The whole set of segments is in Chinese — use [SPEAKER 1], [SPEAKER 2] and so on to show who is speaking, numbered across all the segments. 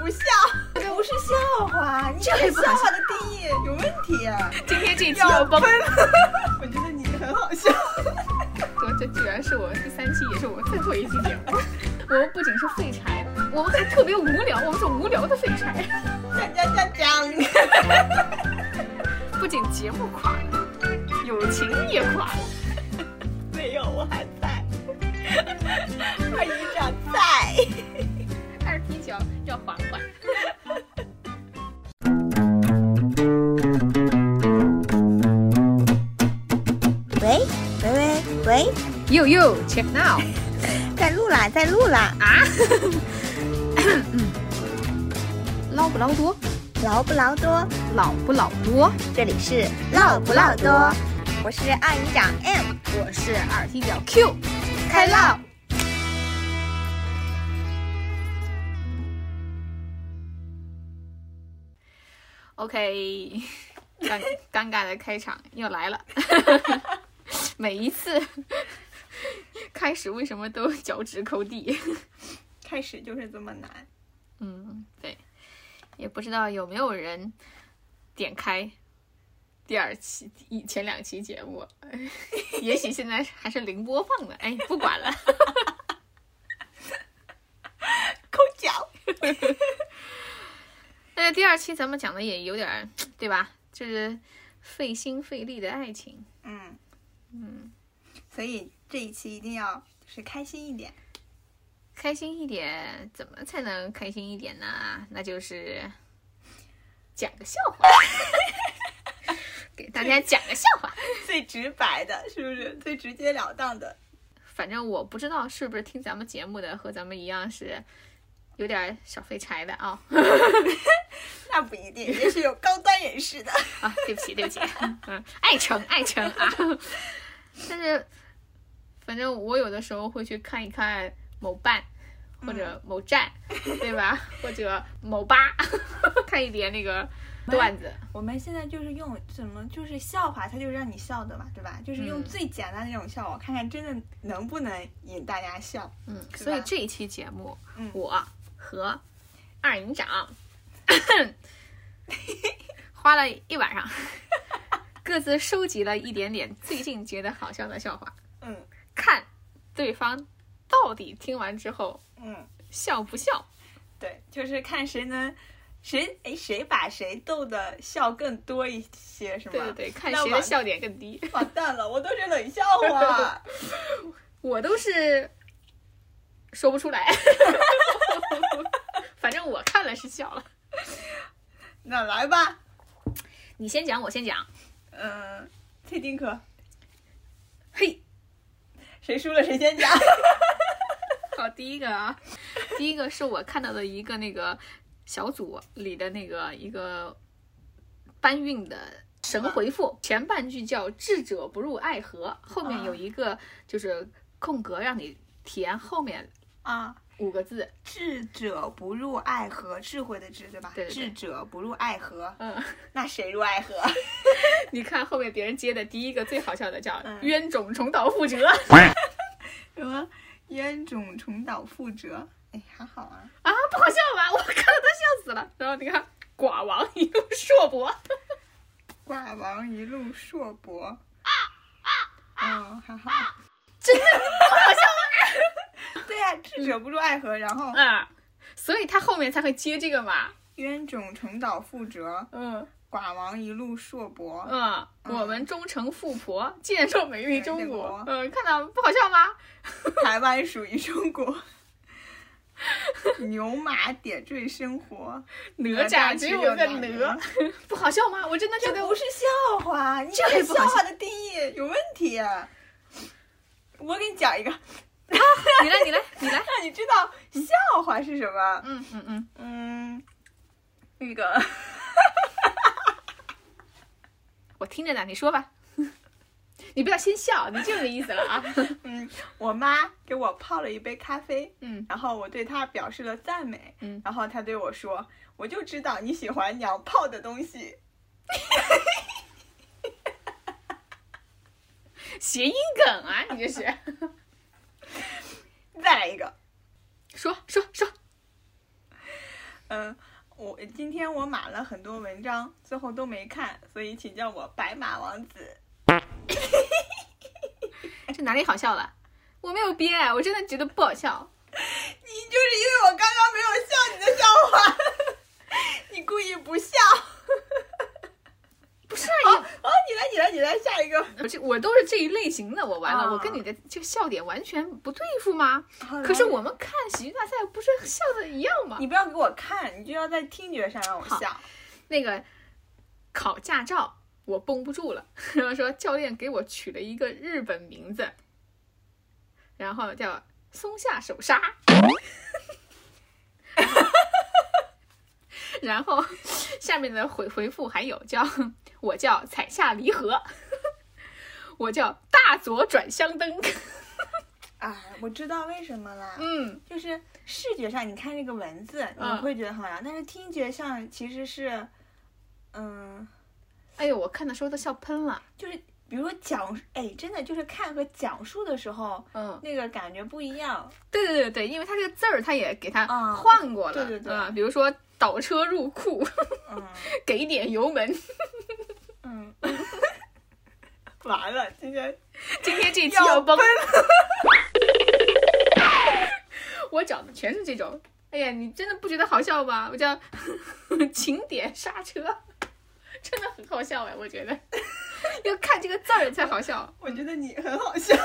[SPEAKER 1] 不笑，不是笑话，你
[SPEAKER 2] 这还
[SPEAKER 1] 对
[SPEAKER 2] 不
[SPEAKER 1] 笑
[SPEAKER 2] 好
[SPEAKER 1] 话的定义有问题。
[SPEAKER 2] 今天这 期
[SPEAKER 1] 要
[SPEAKER 2] 要崩
[SPEAKER 1] 喷，我觉得你很好笑。
[SPEAKER 2] 我这居然是我第三期，也是我最后一期节目。 我们不仅是废柴，我们还特别无聊，我们是无聊的废柴。
[SPEAKER 1] 讲讲讲讲，
[SPEAKER 2] 不仅节目垮了，友情也垮了。
[SPEAKER 1] 没有，我还在。快一长菜。
[SPEAKER 2] 二踢脚要缓缓。
[SPEAKER 1] 喂喂喂喂，
[SPEAKER 2] 哟哟，check now
[SPEAKER 1] 在录啦，在录啦，
[SPEAKER 2] 啊！捞不捞多，
[SPEAKER 1] 劳不劳多？
[SPEAKER 2] 老不老多。
[SPEAKER 1] 这里是唠不唠多，我是二营长 M，
[SPEAKER 2] 我是二踢脚 Q，
[SPEAKER 1] 开唠。
[SPEAKER 2] OK，尴尴尬的开场又来了。 每一次开始为什么都脚趾抠地？
[SPEAKER 1] 开始就是这么难，
[SPEAKER 2] 嗯，对，也不知道有没有人点开第二期一前两期节目， 也许现在还是零播放的。哎，不管了。
[SPEAKER 1] 抠脚。
[SPEAKER 2] 那第二期咱们讲的也有点儿，对吧？就是费心费力的爱情。
[SPEAKER 1] 嗯，
[SPEAKER 2] 嗯，
[SPEAKER 1] 所以这一期一定要就是开心一点。
[SPEAKER 2] 开心一点，怎么才能开心一点呢？那就是讲个笑话，给大家讲个笑话。
[SPEAKER 1] 最直白的，是不是最直截了当的？
[SPEAKER 2] 反正我不知道是不是听咱们节目的和咱们一样是有点小废柴的啊
[SPEAKER 1] 那不一定，也许有高端人士的。
[SPEAKER 2] 啊，对不起对不起， 嗯，爱成爱成啊。 但是反正我有的时候会去看一看某办或者某站，对吧？或者某吧， 看一点那个段子。
[SPEAKER 1] 我们现在就是用怎么就是笑话，它就让你笑的嘛，对吧？就是用
[SPEAKER 2] 嗯
[SPEAKER 1] 最简单的那种笑话，看看真的能不能引大家笑。
[SPEAKER 2] 嗯，
[SPEAKER 1] 是
[SPEAKER 2] 所以
[SPEAKER 1] 吧
[SPEAKER 2] 这一期节目，
[SPEAKER 1] 嗯
[SPEAKER 2] 我和二营 长花了一晚上，各自收集了一点点最近觉得好笑的笑话，
[SPEAKER 1] 嗯
[SPEAKER 2] 看对方到底听完之后
[SPEAKER 1] 嗯，
[SPEAKER 2] 笑不笑。
[SPEAKER 1] 对，就是看谁能。谁哎，谁把谁逗的笑更多一些是吗？
[SPEAKER 2] 对对对，看
[SPEAKER 1] 那
[SPEAKER 2] 谁的
[SPEAKER 1] 完
[SPEAKER 2] 笑点更低。
[SPEAKER 1] 完蛋了，我都是冷笑 话。
[SPEAKER 2] 我都是说不出来， 反正我看了是笑了。
[SPEAKER 1] 那来吧，
[SPEAKER 2] 你先讲，我先讲。
[SPEAKER 1] 嗯，退丁克，
[SPEAKER 2] 嘿，
[SPEAKER 1] 谁输了谁先讲。
[SPEAKER 2] 好，第一个啊，第一个是我看到的一个那个小组里的那个一个搬运的神回复，前半句叫“智者不入爱河”，后面有一个就是空格让你填后面
[SPEAKER 1] 啊，
[SPEAKER 2] 五个字。
[SPEAKER 1] 智者不入爱河，智慧的智，对吧？
[SPEAKER 2] 对对对
[SPEAKER 1] 智者不入爱河，
[SPEAKER 2] 嗯，
[SPEAKER 1] 那谁入爱河？
[SPEAKER 2] 你看后面别人接的第一个最好笑的叫
[SPEAKER 1] 嗯
[SPEAKER 2] “冤种重蹈覆辙啊
[SPEAKER 1] 什么冤种重蹈覆辙？哎，还好啊。”
[SPEAKER 2] 啊，不好笑吧？我看了都笑死了。然后你看寡王 一路硕博，
[SPEAKER 1] 挂王一路硕博。嗯，还好。 真的不好笑吗？啊 对呀、智者不入爱河，然后
[SPEAKER 2] 啊，所以他后面才会接这个嘛。
[SPEAKER 1] 冤种重蹈覆辙，
[SPEAKER 2] 嗯。
[SPEAKER 1] 寡王一路硕博。
[SPEAKER 2] 嗯，
[SPEAKER 1] 嗯
[SPEAKER 2] 我们忠诚富婆，健硕美丽中国
[SPEAKER 1] 嗯。
[SPEAKER 2] 嗯，看到不好笑吗？
[SPEAKER 1] 台湾属于中国。牛马点缀生活，
[SPEAKER 2] 哪
[SPEAKER 1] 哪
[SPEAKER 2] 吒
[SPEAKER 1] 吒
[SPEAKER 2] 只
[SPEAKER 1] 只有
[SPEAKER 2] 有个
[SPEAKER 1] 哪
[SPEAKER 2] 哪
[SPEAKER 1] 吒，
[SPEAKER 2] 不好笑吗？我真的觉得我
[SPEAKER 1] 是笑话，你
[SPEAKER 2] 这还
[SPEAKER 1] 对
[SPEAKER 2] 不
[SPEAKER 1] 笑
[SPEAKER 2] 好
[SPEAKER 1] 话的定义有问题、我给你讲一个，让
[SPEAKER 2] 你来，你来，你来。
[SPEAKER 1] 你知道笑话是什么。
[SPEAKER 2] 嗯嗯嗯，
[SPEAKER 1] 嗯，那个
[SPEAKER 2] 我听着呢，你说吧。 你不要先笑，你就这意思了啊。
[SPEAKER 1] 我妈给我泡了一杯咖啡，
[SPEAKER 2] 嗯
[SPEAKER 1] 然后我对她表示了赞美，
[SPEAKER 2] 嗯
[SPEAKER 1] 然后她对我说：“我就知道你喜欢娘泡的东西。
[SPEAKER 2] 谐音梗啊，你这是。”
[SPEAKER 1] 再来一个，
[SPEAKER 2] 说说说，
[SPEAKER 1] 嗯，我今天我码了很多文章，最后都没看，所以请叫我白马王子。
[SPEAKER 2] 这哪里好笑了？我没有憋，我真的觉得不好笑。
[SPEAKER 1] 你就是因为我刚刚没有笑你的笑话， 你故意不笑。
[SPEAKER 2] 不是
[SPEAKER 1] 好，
[SPEAKER 2] 啊，
[SPEAKER 1] 好，你来，你来，你来，下一个。
[SPEAKER 2] 你这我都是这一类型的，我完了，
[SPEAKER 1] 啊嗯
[SPEAKER 2] 我跟你的这个笑点完全不对付吗？可是我们看喜剧大赛不是笑的一样吗？
[SPEAKER 1] 你不要给我看，你就要在听觉上让我
[SPEAKER 2] 好
[SPEAKER 1] 笑。
[SPEAKER 2] 那个考驾照，我绷不住了， 然后说教练给我取了一个日本名字，然后叫松下手刹， 然后下面的回回复还有叫我叫踩下离合，我叫大左转向灯，
[SPEAKER 1] 啊，我知道为什么啦。
[SPEAKER 2] 嗯，
[SPEAKER 1] 就是视觉上你看这个文字，你
[SPEAKER 2] 嗯
[SPEAKER 1] 会觉得好笑，但是听觉上其实是，嗯，
[SPEAKER 2] 哎呦，我看的时候都笑喷了，
[SPEAKER 1] 就是比如说讲，哎，真的就是看和讲述的时候，
[SPEAKER 2] 嗯，
[SPEAKER 1] 那个感觉不一样。
[SPEAKER 2] 对对对对，因为它这个字儿，它也给它
[SPEAKER 1] 啊
[SPEAKER 2] 换过了，
[SPEAKER 1] 对对对
[SPEAKER 2] 啊比如说倒车入库。
[SPEAKER 1] 嗯
[SPEAKER 2] 给点油门。
[SPEAKER 1] 嗯， 完了，今天
[SPEAKER 2] 今天这期
[SPEAKER 1] 要
[SPEAKER 2] 崩
[SPEAKER 1] 崩，
[SPEAKER 2] 我找的全是这种。哎呀，你真的不觉得好笑吗？我叫 请点刹车，真的很好笑哎，我觉得 要看这个字儿才好笑。
[SPEAKER 1] 我觉得你很好笑。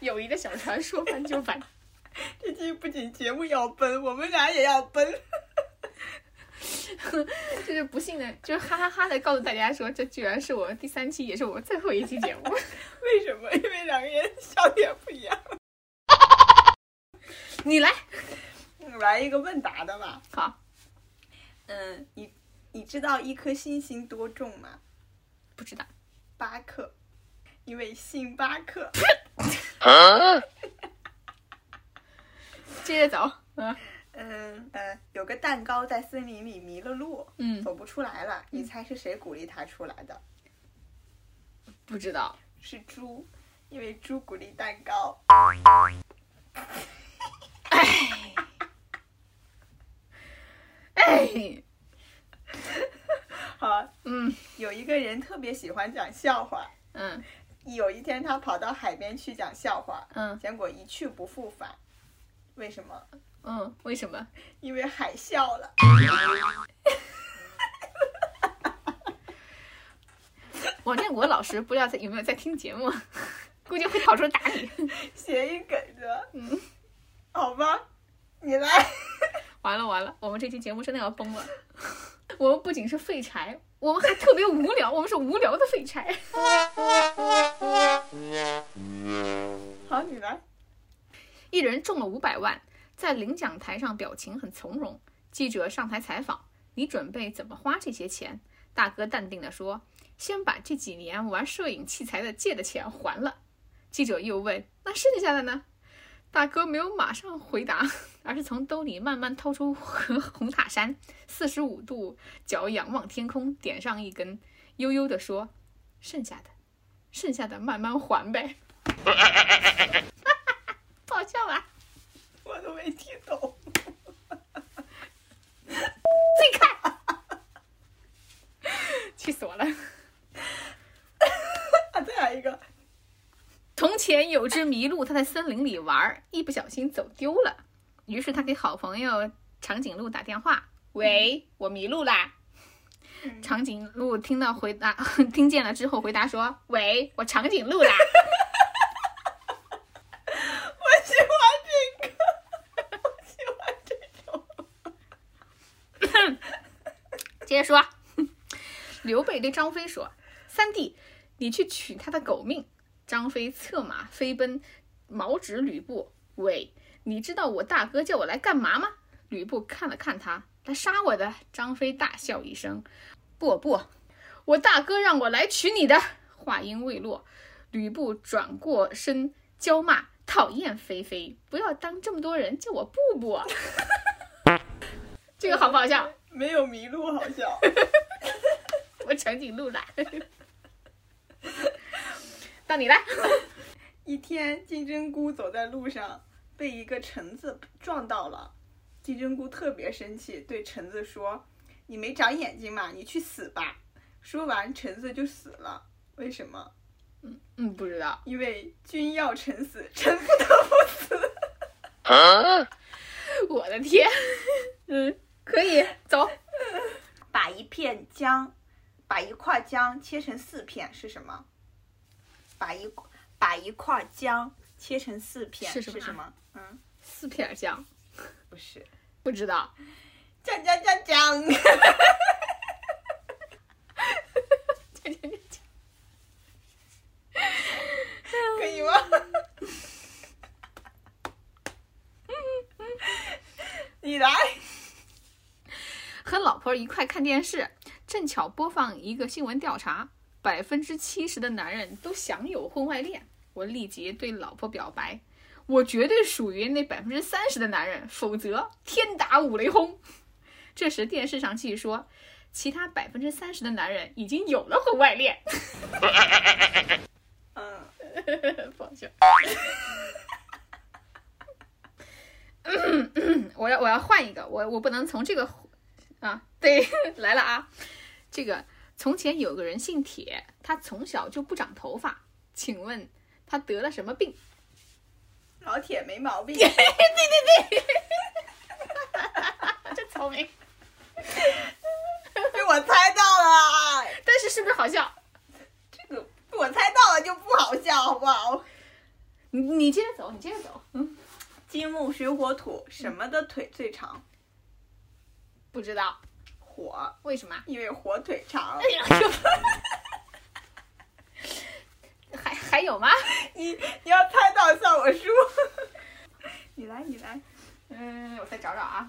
[SPEAKER 2] 友谊的小船说翻就翻。
[SPEAKER 1] 这期不仅节目要崩，我们俩也要崩。
[SPEAKER 2] 就是不幸的，就是哈哈哈的告诉大家说，这居然是我们第三期，也是我们最后一期节目。
[SPEAKER 1] 为什么？因为两个人笑点不一样。
[SPEAKER 2] 你来，
[SPEAKER 1] 嗯来一个问答的吧。
[SPEAKER 2] 好，
[SPEAKER 1] 嗯，你你知道一颗星星多重吗？
[SPEAKER 2] 不知道，
[SPEAKER 1] 巴克，因为星巴克。
[SPEAKER 2] 接着走。嗯
[SPEAKER 1] 嗯呃，有个蛋糕在森林里迷了路，
[SPEAKER 2] 嗯，
[SPEAKER 1] 走不出来了。你猜是谁鼓励他出来的？
[SPEAKER 2] 不知道。
[SPEAKER 1] 是猪，因为猪鼓励蛋糕。
[SPEAKER 2] 哎，
[SPEAKER 1] 好，
[SPEAKER 2] 嗯
[SPEAKER 1] 有一个人特别喜欢讲笑话。
[SPEAKER 2] 嗯
[SPEAKER 1] 有一天，他跑到海边去讲笑话，
[SPEAKER 2] 嗯
[SPEAKER 1] 结果一去不复返。为什么？
[SPEAKER 2] 嗯，为什么？
[SPEAKER 1] 因为海啸了。
[SPEAKER 2] 王建国老师不知道在有没有在听节 目，估计会跑出来打你。
[SPEAKER 1] 谐音梗的，
[SPEAKER 2] 嗯，
[SPEAKER 1] 好吧，你来。
[SPEAKER 2] 完了完了，我们这期节目真的要崩 了。我们不仅是废柴，我们还特别无聊，我们是无聊的废柴。
[SPEAKER 1] 好，你来。
[SPEAKER 2] 一人中了五百万，在领奖台上表情很从容。记者上台采访：“你准备怎么花这些钱？”大哥淡定地说：“先把这几年玩摄影器材的借的钱还了。”记者又问：“那剩下的呢？”大哥没有马上回答，而是从兜里慢慢掏出红塔山，四十五度角仰望天空，点上一根，悠悠地说：“剩下的，剩下的慢慢还呗。”不好笑吧？
[SPEAKER 1] 我都没听懂。
[SPEAKER 2] 自己看。 气死我了！
[SPEAKER 1] 啊，再来一个。
[SPEAKER 2] 从前有只麋鹿，它在森林里玩儿，一不小心走丢了。于是它给好朋友长颈鹿打电话：“喂，我迷路啦！”
[SPEAKER 1] 嗯
[SPEAKER 2] 长颈鹿听到回答， 听见了之后回答说：“喂，我长颈鹿啦
[SPEAKER 1] 我喜欢这个，我喜欢这种。！”
[SPEAKER 2] 接着说， 刘备对张飞说：“三弟，你去取他的狗命。”张飞策马飞奔，毛指吕布：“喂，你知道我大哥叫我来干嘛吗？”吕布看了看他，来杀我的。张飞大笑一声：“不不，我大哥让我来取你的。”话音未落，吕布转过身娇骂：“讨厌菲菲，不要当这么多人叫我布布。”啊 这个好不好笑？
[SPEAKER 1] 没有麋鹿好笑。
[SPEAKER 2] 我长颈鹿啦。到你啦！
[SPEAKER 1] 一天，金针菇走在路上，被一个橙子撞到了，金针菇特别生气，对橙子说：“你没长眼睛嘛，你去死吧！”说完，橙子就死了。为什么？
[SPEAKER 2] 嗯，不知道。
[SPEAKER 1] 因为君要臣死，臣不得不死。
[SPEAKER 2] 我的天， 嗯，可以走。
[SPEAKER 1] 把一片姜，把一块姜切成四片是什么？把一把一块姜切成四片
[SPEAKER 2] 是
[SPEAKER 1] 是
[SPEAKER 2] 什么
[SPEAKER 1] 么？嗯，
[SPEAKER 2] 四片姜，
[SPEAKER 1] 不是，
[SPEAKER 2] 不知道。
[SPEAKER 1] 姜姜姜姜。可以吗？你来，
[SPEAKER 2] 和老婆一块看电视，正巧播放一个新闻调查，百分之七十的男人都享有婚外恋。我立即对老婆表白，我绝对属于那百分之三十的男人，否则天打五雷轰。这时电视上继续说，其他百分之三十的男人已经有了婚外恋。
[SPEAKER 1] 嗯，
[SPEAKER 2] 抱歉。 我要我要换一个，我我不能从这个啊，对，来了啊，这个从前有个人姓铁，他从小就不长头发，请问他得了什么 病？
[SPEAKER 1] 老铁没毛 病，
[SPEAKER 2] 真草莓，
[SPEAKER 1] 被我猜到了，
[SPEAKER 2] 但是是不是好笑？
[SPEAKER 1] 这个被我猜到了就不好笑，好不好？
[SPEAKER 2] 你你接着走，你接着走，嗯，
[SPEAKER 1] 金木水火土，什么的腿最长？
[SPEAKER 2] 不知道
[SPEAKER 1] 火，
[SPEAKER 2] 为什么？啊
[SPEAKER 1] 因为火腿长
[SPEAKER 2] 哎。呀，就 还还有吗？
[SPEAKER 1] 你你要猜到算我输。 你来，你来。
[SPEAKER 2] 嗯，我再找找啊。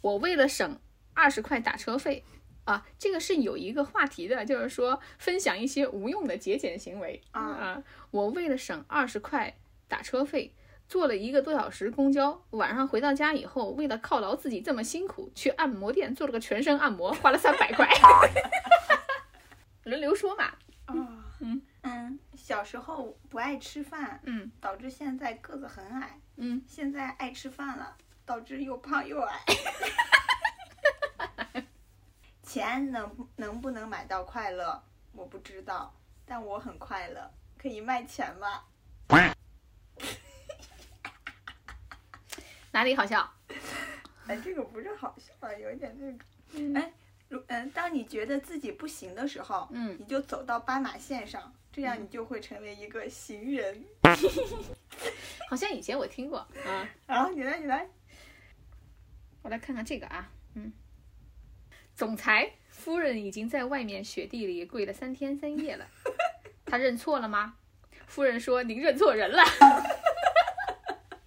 [SPEAKER 2] 我为了省二十块打车费啊，这个是有一个话题的，就是说分享一些无用的节俭行为
[SPEAKER 1] 啊
[SPEAKER 2] 我为了省二十块打车费，坐了一个多小时公交，晚上回到家以后，为了犒劳自己这么辛苦，去按摩店做了个全身按摩，花了三百块。 轮流说嘛，
[SPEAKER 1] 啊、
[SPEAKER 2] 嗯
[SPEAKER 1] 嗯，小时候不爱吃饭，
[SPEAKER 2] 嗯
[SPEAKER 1] 导致现在个子很矮。
[SPEAKER 2] 嗯，
[SPEAKER 1] 现在爱吃饭了，导致又胖又矮。 钱能能不能买到快乐，我不知道，但我很快乐。可以卖钱吗？
[SPEAKER 2] 哪里好笑？
[SPEAKER 1] 哎，这个不是好笑，啊有一点那个。哎，如嗯，当你觉得自己不行的时候，
[SPEAKER 2] 嗯
[SPEAKER 1] 你就走到斑马线上，这样你就会成为一个行人。
[SPEAKER 2] 好像以前我听过啊。
[SPEAKER 1] 啊，你来，你来。
[SPEAKER 2] 我来看看这个啊，嗯，总裁夫人已经在外面雪地里跪了三天三夜了，他认错了吗？夫人说：“您认错人了。”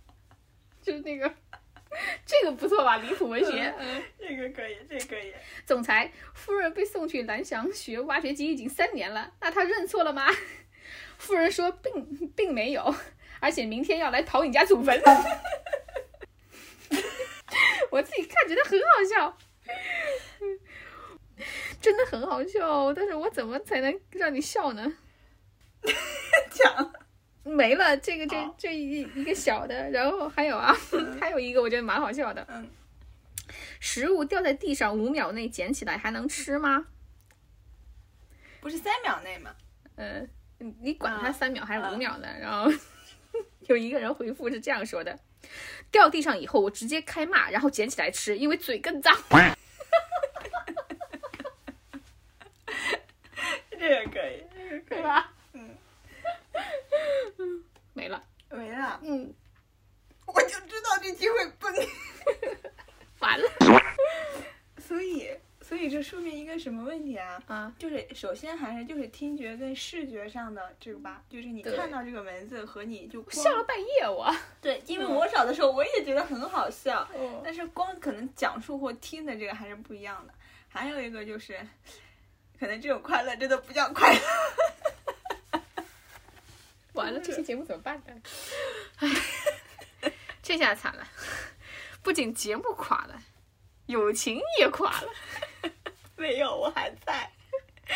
[SPEAKER 2] 就是那个，这个不错吧？离谱文学。嗯，
[SPEAKER 1] 这个可以，这个可以。
[SPEAKER 2] 总裁夫人被送去蓝翔学挖掘机已经三年了，那他认错了吗？ 夫人说并并没有，而且明天要来刨你家祖坟。 我自己看觉得很好笑，真的很好笑，哦但是我怎么才能让你笑呢？
[SPEAKER 1] 讲，
[SPEAKER 2] 没了，这个这
[SPEAKER 1] 好
[SPEAKER 2] 这一一个小的，然后还有啊，还有一个我觉得蛮好笑的，
[SPEAKER 1] 嗯，
[SPEAKER 2] 食物掉在地上五秒内捡起来还能吃吗？
[SPEAKER 1] 不是三秒内吗？
[SPEAKER 2] 呃，你你管他
[SPEAKER 1] 啊
[SPEAKER 2] 三秒还是
[SPEAKER 1] 啊
[SPEAKER 2] 五秒呢？然后 有一个人回复是这样说的：掉地上以后，我直接开骂，然后捡起来吃，因为嘴更脏。
[SPEAKER 1] 这个可以，这个可
[SPEAKER 2] 对
[SPEAKER 1] 以。
[SPEAKER 2] 吧？
[SPEAKER 1] 嗯，
[SPEAKER 2] 没了。
[SPEAKER 1] 没了，
[SPEAKER 2] 嗯，
[SPEAKER 1] 我就知道这机会崩。
[SPEAKER 2] 完了
[SPEAKER 1] 所以，所以这说明一个什么问题啊？
[SPEAKER 2] 啊！
[SPEAKER 1] 就是首先还是就是听觉跟视觉上的这个吧，就是你
[SPEAKER 2] 对
[SPEAKER 1] 看到这个文字和你就
[SPEAKER 2] 我
[SPEAKER 1] 光
[SPEAKER 2] 笑了半夜我。
[SPEAKER 1] 对，因为我小的时候我也觉得很好笑，
[SPEAKER 2] 哦，
[SPEAKER 1] 但是光可能讲述或听的这个还是不一样的。还有一个就是，可能这种快乐真的不叫快乐。
[SPEAKER 2] 完了，这期节目怎么办呢？唉， 这下惨了，不仅节目垮了，友情也垮了。
[SPEAKER 1] 没有，我还在。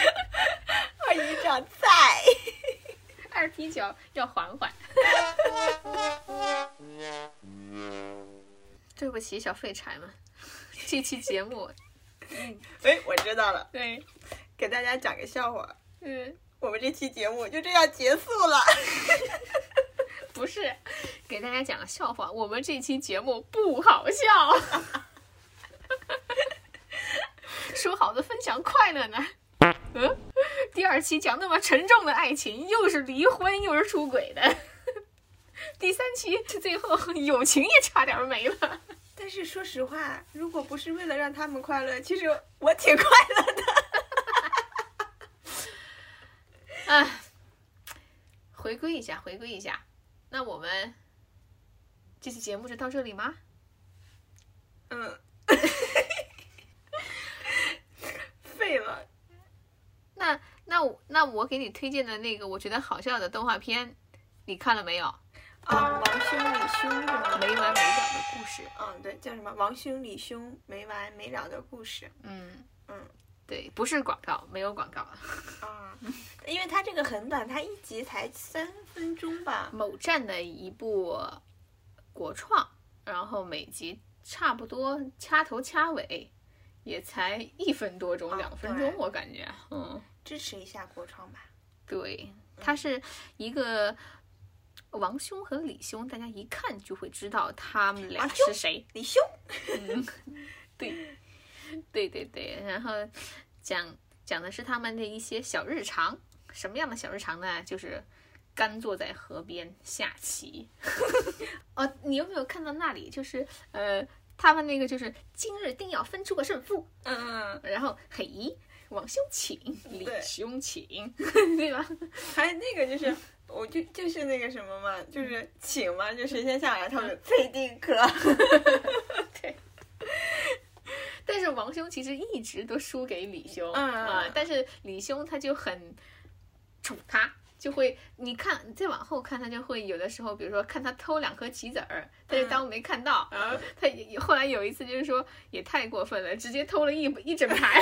[SPEAKER 1] 二姨长在。
[SPEAKER 2] 二踢脚要缓缓。对不起，小废柴们，这期节目，
[SPEAKER 1] 哎，我知道了，
[SPEAKER 2] 对，
[SPEAKER 1] 给大家讲个笑话。
[SPEAKER 2] 嗯，
[SPEAKER 1] 我们这期节目就这样结束了。
[SPEAKER 2] 不是，给大家讲个笑话，我们这期节目不好笑。 说好的分享快乐呢？嗯，第二期讲那么沉重的爱情，又是离婚又是出轨的。 第三期最后友情也差点没了。
[SPEAKER 1] 但是说实话，如果不是为了让他们快乐，其实我挺快乐的。
[SPEAKER 2] 唉，回归一下，回归一下。那我们这期节目就到这里吗？
[SPEAKER 1] 嗯， 废了。
[SPEAKER 2] 那那我那我给你推荐的那个我觉得好笑的动画片，你看了没有？
[SPEAKER 1] 啊，王兄李兄是吗？
[SPEAKER 2] 没完没了的故事。
[SPEAKER 1] 嗯，对，叫什么？王兄李兄没完没了的故事。
[SPEAKER 2] 嗯
[SPEAKER 1] 嗯，
[SPEAKER 2] 对，不是广告，没有广告。
[SPEAKER 1] 啊，因为它这个很短，它一集才三分钟吧。
[SPEAKER 2] 某站的一部国创，然后每集差不多掐头掐尾，也才一分多钟，
[SPEAKER 1] 哦
[SPEAKER 2] 两分
[SPEAKER 1] 对
[SPEAKER 2] 钟我感觉。嗯，
[SPEAKER 1] 支持一下国创吧。
[SPEAKER 2] 对，他是一个。王兄和李兄，大家一看就会知道他们俩
[SPEAKER 1] 王兄
[SPEAKER 2] 是谁。
[SPEAKER 1] 李兄，
[SPEAKER 2] 对，对对对，然后讲讲的是他们的一些小日常，什么样的小日常呢？就是干坐在河边下棋。 哦，你有没有看到那里？就是呃，他们那个就是今日定要分出个胜负，
[SPEAKER 1] 嗯，
[SPEAKER 2] 然后嘿，王兄请，李
[SPEAKER 1] 对
[SPEAKER 2] 兄 请，对吧？
[SPEAKER 1] 还有那个就是，我就就是那个什么嘛，就是请嘛，就谁先下来，他们配定格。
[SPEAKER 2] 但是王兄其实一直都输给李兄
[SPEAKER 1] 嗯
[SPEAKER 2] 啊、但是李兄他就很宠他，就会你看你再往后看，他就会有的时候，比如说看他偷两颗棋子儿，他就当没看到，
[SPEAKER 1] 嗯
[SPEAKER 2] 然后他也也后来有一次就是说也太过分了，直接偷了一 一整排，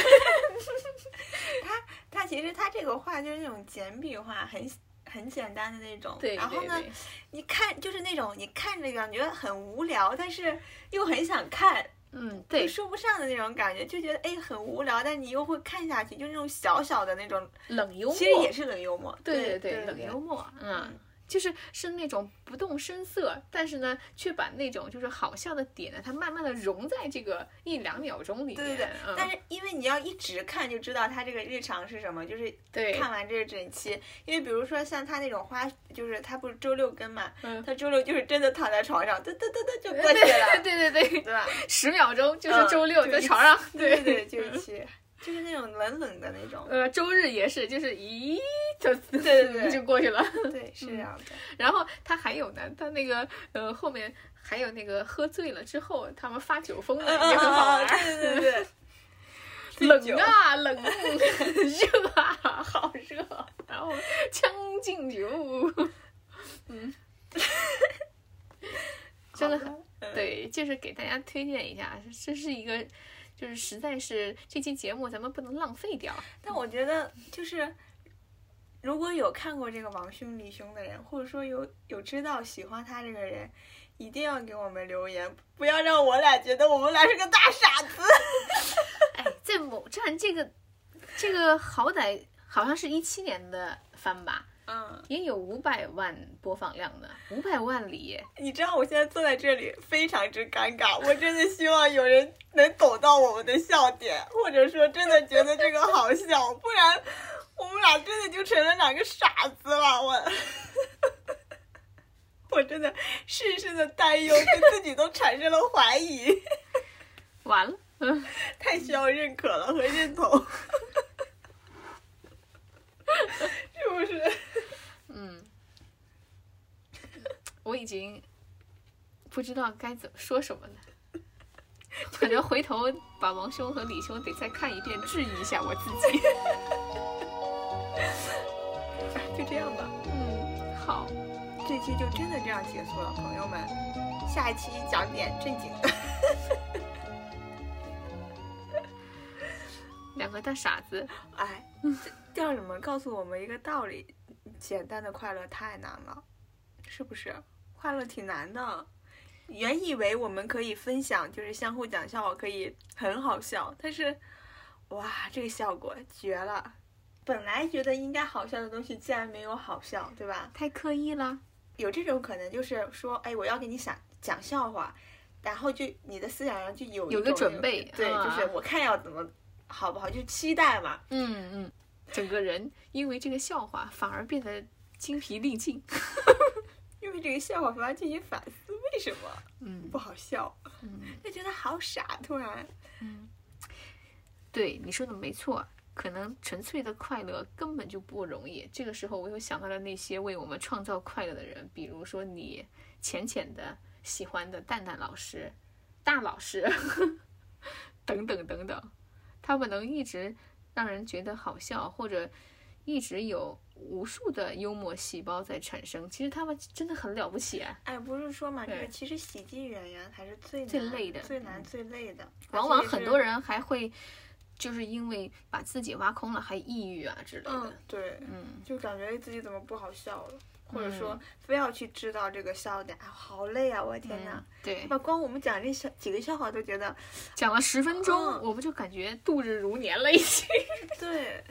[SPEAKER 1] 他其实他这个画就是那种简笔画，很很简单的那种。
[SPEAKER 2] 对
[SPEAKER 1] 然后
[SPEAKER 2] 对
[SPEAKER 1] 呢，
[SPEAKER 2] 对，
[SPEAKER 1] 你看就是那种你看着感觉很无聊，但是又很想看，
[SPEAKER 2] 嗯
[SPEAKER 1] 就
[SPEAKER 2] 对，
[SPEAKER 1] 说不上的那种感觉，就觉得哎很无聊，但你又会看下去，就那种小小的那种，
[SPEAKER 2] 冷幽默，
[SPEAKER 1] 其实也是冷幽默。
[SPEAKER 2] 对
[SPEAKER 1] 对对，
[SPEAKER 2] 冷幽默，嗯
[SPEAKER 1] 嗯。
[SPEAKER 2] 就是是那种不动声色，但是呢，却把那种就是好笑的点呢，它慢慢的融在这个一两秒钟里面。
[SPEAKER 1] 对对对
[SPEAKER 2] 嗯、
[SPEAKER 1] 但是因为你要一直看就知道他这个日常是什么，就是
[SPEAKER 2] 对
[SPEAKER 1] 看完这整期，因为比如说像他那种花，就是他不是周六更嘛，
[SPEAKER 2] 嗯
[SPEAKER 1] 他周六就是真的躺在床上，嘚嘚嘚嘚就过去了，
[SPEAKER 2] 对对对，
[SPEAKER 1] 对吧？
[SPEAKER 2] 十秒钟就是周六
[SPEAKER 1] 嗯
[SPEAKER 2] 在床上，嗯
[SPEAKER 1] 对对，就一期，就是那种冷冷的那种，
[SPEAKER 2] 呃，周日也是，就是咦，就对
[SPEAKER 1] 对对
[SPEAKER 2] 就过去了。
[SPEAKER 1] 对，是
[SPEAKER 2] 嗯
[SPEAKER 1] 这样的。
[SPEAKER 2] 然后他还有呢，他那个呃后面还有那个喝醉了之后，他们发酒疯了，也很好玩
[SPEAKER 1] 嗯嗯嗯
[SPEAKER 2] 儿。
[SPEAKER 1] 对对对 对，
[SPEAKER 2] 冷啊冷， 热啊好热，然后将进酒，嗯， 真的很
[SPEAKER 1] 好嗯
[SPEAKER 2] 对，就是给大家推荐一下，这是一个，就是实在是这期节目咱们不能浪费掉。
[SPEAKER 1] 但我觉得就是。如果有看过这个王兄李兄的人，或者说有有知道喜欢他这个人，一定要给我们留言，不要让我俩觉得我们俩是个大傻子。
[SPEAKER 2] 哎，在某站这个，这个好歹好像是一七年的番吧，
[SPEAKER 1] 嗯，
[SPEAKER 2] 也有五百万播放量呢，五百万里耶，
[SPEAKER 1] 你知道我现在坐在这里非常之尴尬，我真的希望有人能懂到我们的笑点，或者说真的觉得这个好笑，不然我们俩真的就成了两个傻子了。我， 我真的深深的担忧，对自己都产生了怀疑，
[SPEAKER 2] 完了，嗯，
[SPEAKER 1] 太需要认可了和认同， 是不是？
[SPEAKER 2] 嗯，我已经不知道该怎么说什么了。可能回头把王兄和李兄得再看一遍，质疑一下我自己。
[SPEAKER 1] 就这样吧。
[SPEAKER 2] 嗯，好，
[SPEAKER 1] 这期就真的这样结束了，朋友们，下一期讲点正经的。
[SPEAKER 2] 两个大傻子，
[SPEAKER 1] 哎，这叫什么？告诉我们一个道理：简单的快乐太难了，是不是？快乐挺难的，原以为我们可以分享，就是相互讲笑话，可以很好笑，但是，哇，这个效果绝了！本来觉得应该好笑的东西，竟然没有好笑，对吧？
[SPEAKER 2] 太刻意了。
[SPEAKER 1] 有这种可能，就是说，哎，我要给你想讲笑话，然后就你的思想上就有
[SPEAKER 2] 有
[SPEAKER 1] 一
[SPEAKER 2] 个
[SPEAKER 1] 种
[SPEAKER 2] 准备
[SPEAKER 1] 对，
[SPEAKER 2] 啊
[SPEAKER 1] 就是我看要怎么好不好，就期待嘛。
[SPEAKER 2] 嗯嗯，整个人因为这个笑话反而变得精疲力尽。
[SPEAKER 1] 因为这个笑话，反而进行反思，为什么
[SPEAKER 2] 嗯
[SPEAKER 1] 不好笑？
[SPEAKER 2] 嗯
[SPEAKER 1] 就觉得好傻，突然。
[SPEAKER 2] 嗯，对你说的没错。可能纯粹的快乐根本就不容易。这个时候，我又想到了那些为我们创造快乐的人，比如说你浅浅的喜欢的蛋蛋老师、大老师， 等等等等，他们能一直让人觉得好笑，或者一直有无数的幽默细胞在产生。其实他们真的很了不起、啊。
[SPEAKER 1] 哎，不是说嘛，这
[SPEAKER 2] 对
[SPEAKER 1] 个其实喜剧演员才是最
[SPEAKER 2] 最
[SPEAKER 1] 难
[SPEAKER 2] 累的嗯
[SPEAKER 1] 最难、最累的。
[SPEAKER 2] 往往
[SPEAKER 1] 而且
[SPEAKER 2] 很
[SPEAKER 1] 是
[SPEAKER 2] 多，人还会就是因为把自己挖空了，还抑郁啊之类
[SPEAKER 1] 嗯
[SPEAKER 2] 的。，
[SPEAKER 1] 对，
[SPEAKER 2] 嗯，
[SPEAKER 1] 就感觉自己怎么不好笑了，或者说非要去知道这个笑点，哎，好累啊！我的天哪，
[SPEAKER 2] 对，
[SPEAKER 1] 把光我们讲这小几个笑话都觉得，
[SPEAKER 2] 讲了十分钟，
[SPEAKER 1] 嗯
[SPEAKER 2] 我们就感觉度日如年了，已经。
[SPEAKER 1] 对，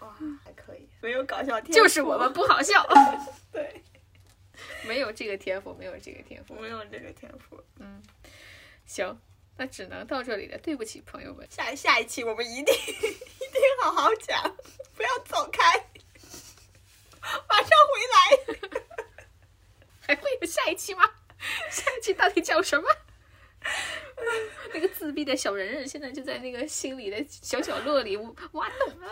[SPEAKER 1] 哇，还可以，没 有搞笑天赋，
[SPEAKER 2] 就是我们不好 笑，
[SPEAKER 1] 对，
[SPEAKER 2] 没有这个天赋，没有这个天赋。嗯
[SPEAKER 1] 没有这个天赋。
[SPEAKER 2] 行，那只能到这里了，对不起，朋友们。
[SPEAKER 1] 下下一期我们一定 一定好好讲， 不要走开，马上回来。
[SPEAKER 2] 还会有下一期吗？下一期到底讲什么？ 那个自闭的小人人现在就在那个心里的小角落里挖洞啊！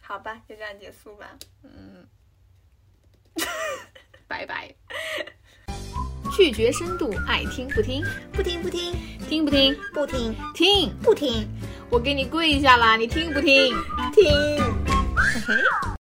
[SPEAKER 1] 好吧，就这样结束吧。
[SPEAKER 2] 拜拜。拒绝深度，爱听不听，
[SPEAKER 1] 不听不听
[SPEAKER 2] 听不听，
[SPEAKER 1] 不听
[SPEAKER 2] 听！
[SPEAKER 1] 不听
[SPEAKER 2] 我给你跪下啦，你听不听？
[SPEAKER 1] 听，嘿嘿。